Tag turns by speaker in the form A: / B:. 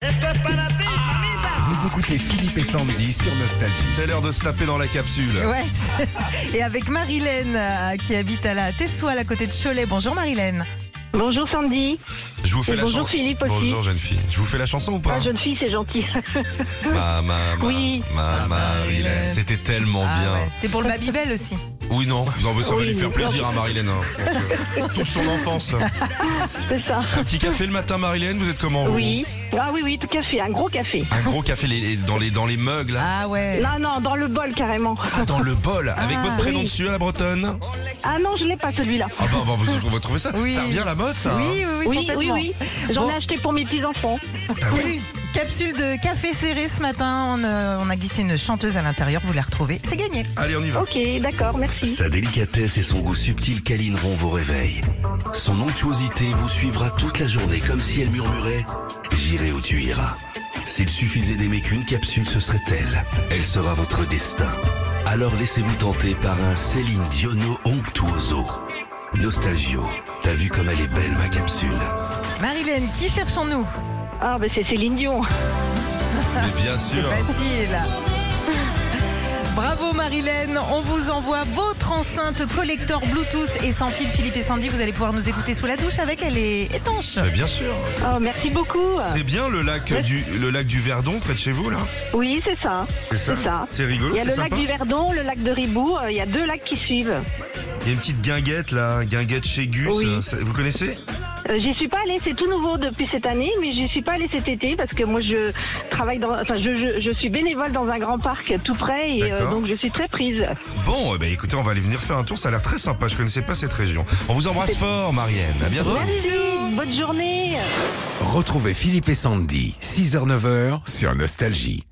A: Esto es para ti, mamita.
B: Vous écoutez Philippe et Sandy sur Nostalgie.
C: C'est l'heure de se taper dans la capsule.
D: Ouais. Et avec Marilène euh, qui habite à la Tessoile à côté de Cholet. Bonjour Marilène.
E: Bonjour Sandy.
C: Je vous fais
E: Et
C: la
E: bonjour
C: chanson.
E: Philippe aussi.
C: Bonjour jeune fille. Je vous fais la chanson ou pas
E: Ah, jeune fille, c'est gentil.
C: Ma, ma, ma,
E: Oui.
C: ma, Marilyn.
B: Marilyn.
C: C'était tellement
D: Ah
C: bien.
D: ouais, C'était pour le Babybel aussi.
C: Oui, non. Non, mais ça va
E: Oui,
C: lui faire
E: oui.
C: plaisir à Marilyn. hein. Je pense que Toute son enfance.
E: c'est ça.
C: Un petit café le matin, Marilyn, vous êtes comment vous
E: Oui. Ah oui, oui, tout café, un gros café.
C: Un gros café les- les- dans, les, dans les mugs, là.
D: Ah ouais.
E: Non, non, dans le bol carrément.
C: Ah, dans le bol, avec
D: Ah,
C: votre prénom
E: oui.
C: dessus à la bretonne.
E: Ah non, je l'ai pas celui-là.
C: Ah, bah, bah, vous, vous trouvez ça
D: Oui.
C: Ça revient à la mode, ça
D: Oui,
C: hein
D: oui, oui,
E: Oui, oui,
D: complètement.
E: oui. J'en
D: Bon.
E: ai acheté pour mes petits-enfants.
C: Ah oui.
D: Capsule de café serré ce matin. On, euh, on a glissé une chanteuse à l'intérieur. Vous la retrouvez. C'est gagné.
C: Allez, on y va.
E: Ok, d'accord, merci.
F: Sa délicatesse et son goût subtil câlineront vos réveils. Son onctuosité vous suivra toute la journée comme si elle murmurait ⁇ J'irai où tu iras ⁇ S'il suffisait d'aimer qu'une capsule, ce serait elle. Elle sera votre destin. Alors laissez-vous tenter par un Céline Diono onctuoso. Nostalgio, t'as vu comme elle est belle ma capsule
D: Marilène, qui cherchons-nous
E: Ah, ben c'est Céline Dion.
C: Mais bien sûr.
D: Facile. Bravo Marilène, on vous envoie votre enceinte collector Bluetooth et sans fil Philippe et Sandy, vous allez pouvoir nous écouter sous la douche avec, elle est étanche.
C: Mais bien sûr.
E: Oh, merci beaucoup.
C: C'est bien le lac du le lac du Verdon près de chez vous là.
E: Oui, c'est ça.
C: C'est ça.
E: C'est ça.
C: C'est rigolo,
E: Il y a
C: c'est
E: le lac
C: sympa.
E: du Verdon, le lac de Ribou. euh, Il y a deux lacs qui suivent.
C: Il y a une petite guinguette là, guinguette chez Gus.
E: Oui.
C: euh, ça- Vous connaissez
E: Euh, J'y suis pas allée, c'est tout nouveau depuis cette année, mais j'y suis pas allée cet été parce que moi je travaille dans, enfin je, je, je suis bénévole dans un grand parc tout près et euh,
C: D'accord.
E: donc je suis très prise.
C: Bon, eh ben, écoutez, on va aller venir faire un tour. Ça a l'air très sympa. Je connaissais pas cette région. On vous embrasse fort, Marianne. À bientôt.
E: Merci, bonne journée.
B: Retrouvez Philippe et Sandy, 6h-9h sur Nostalgie.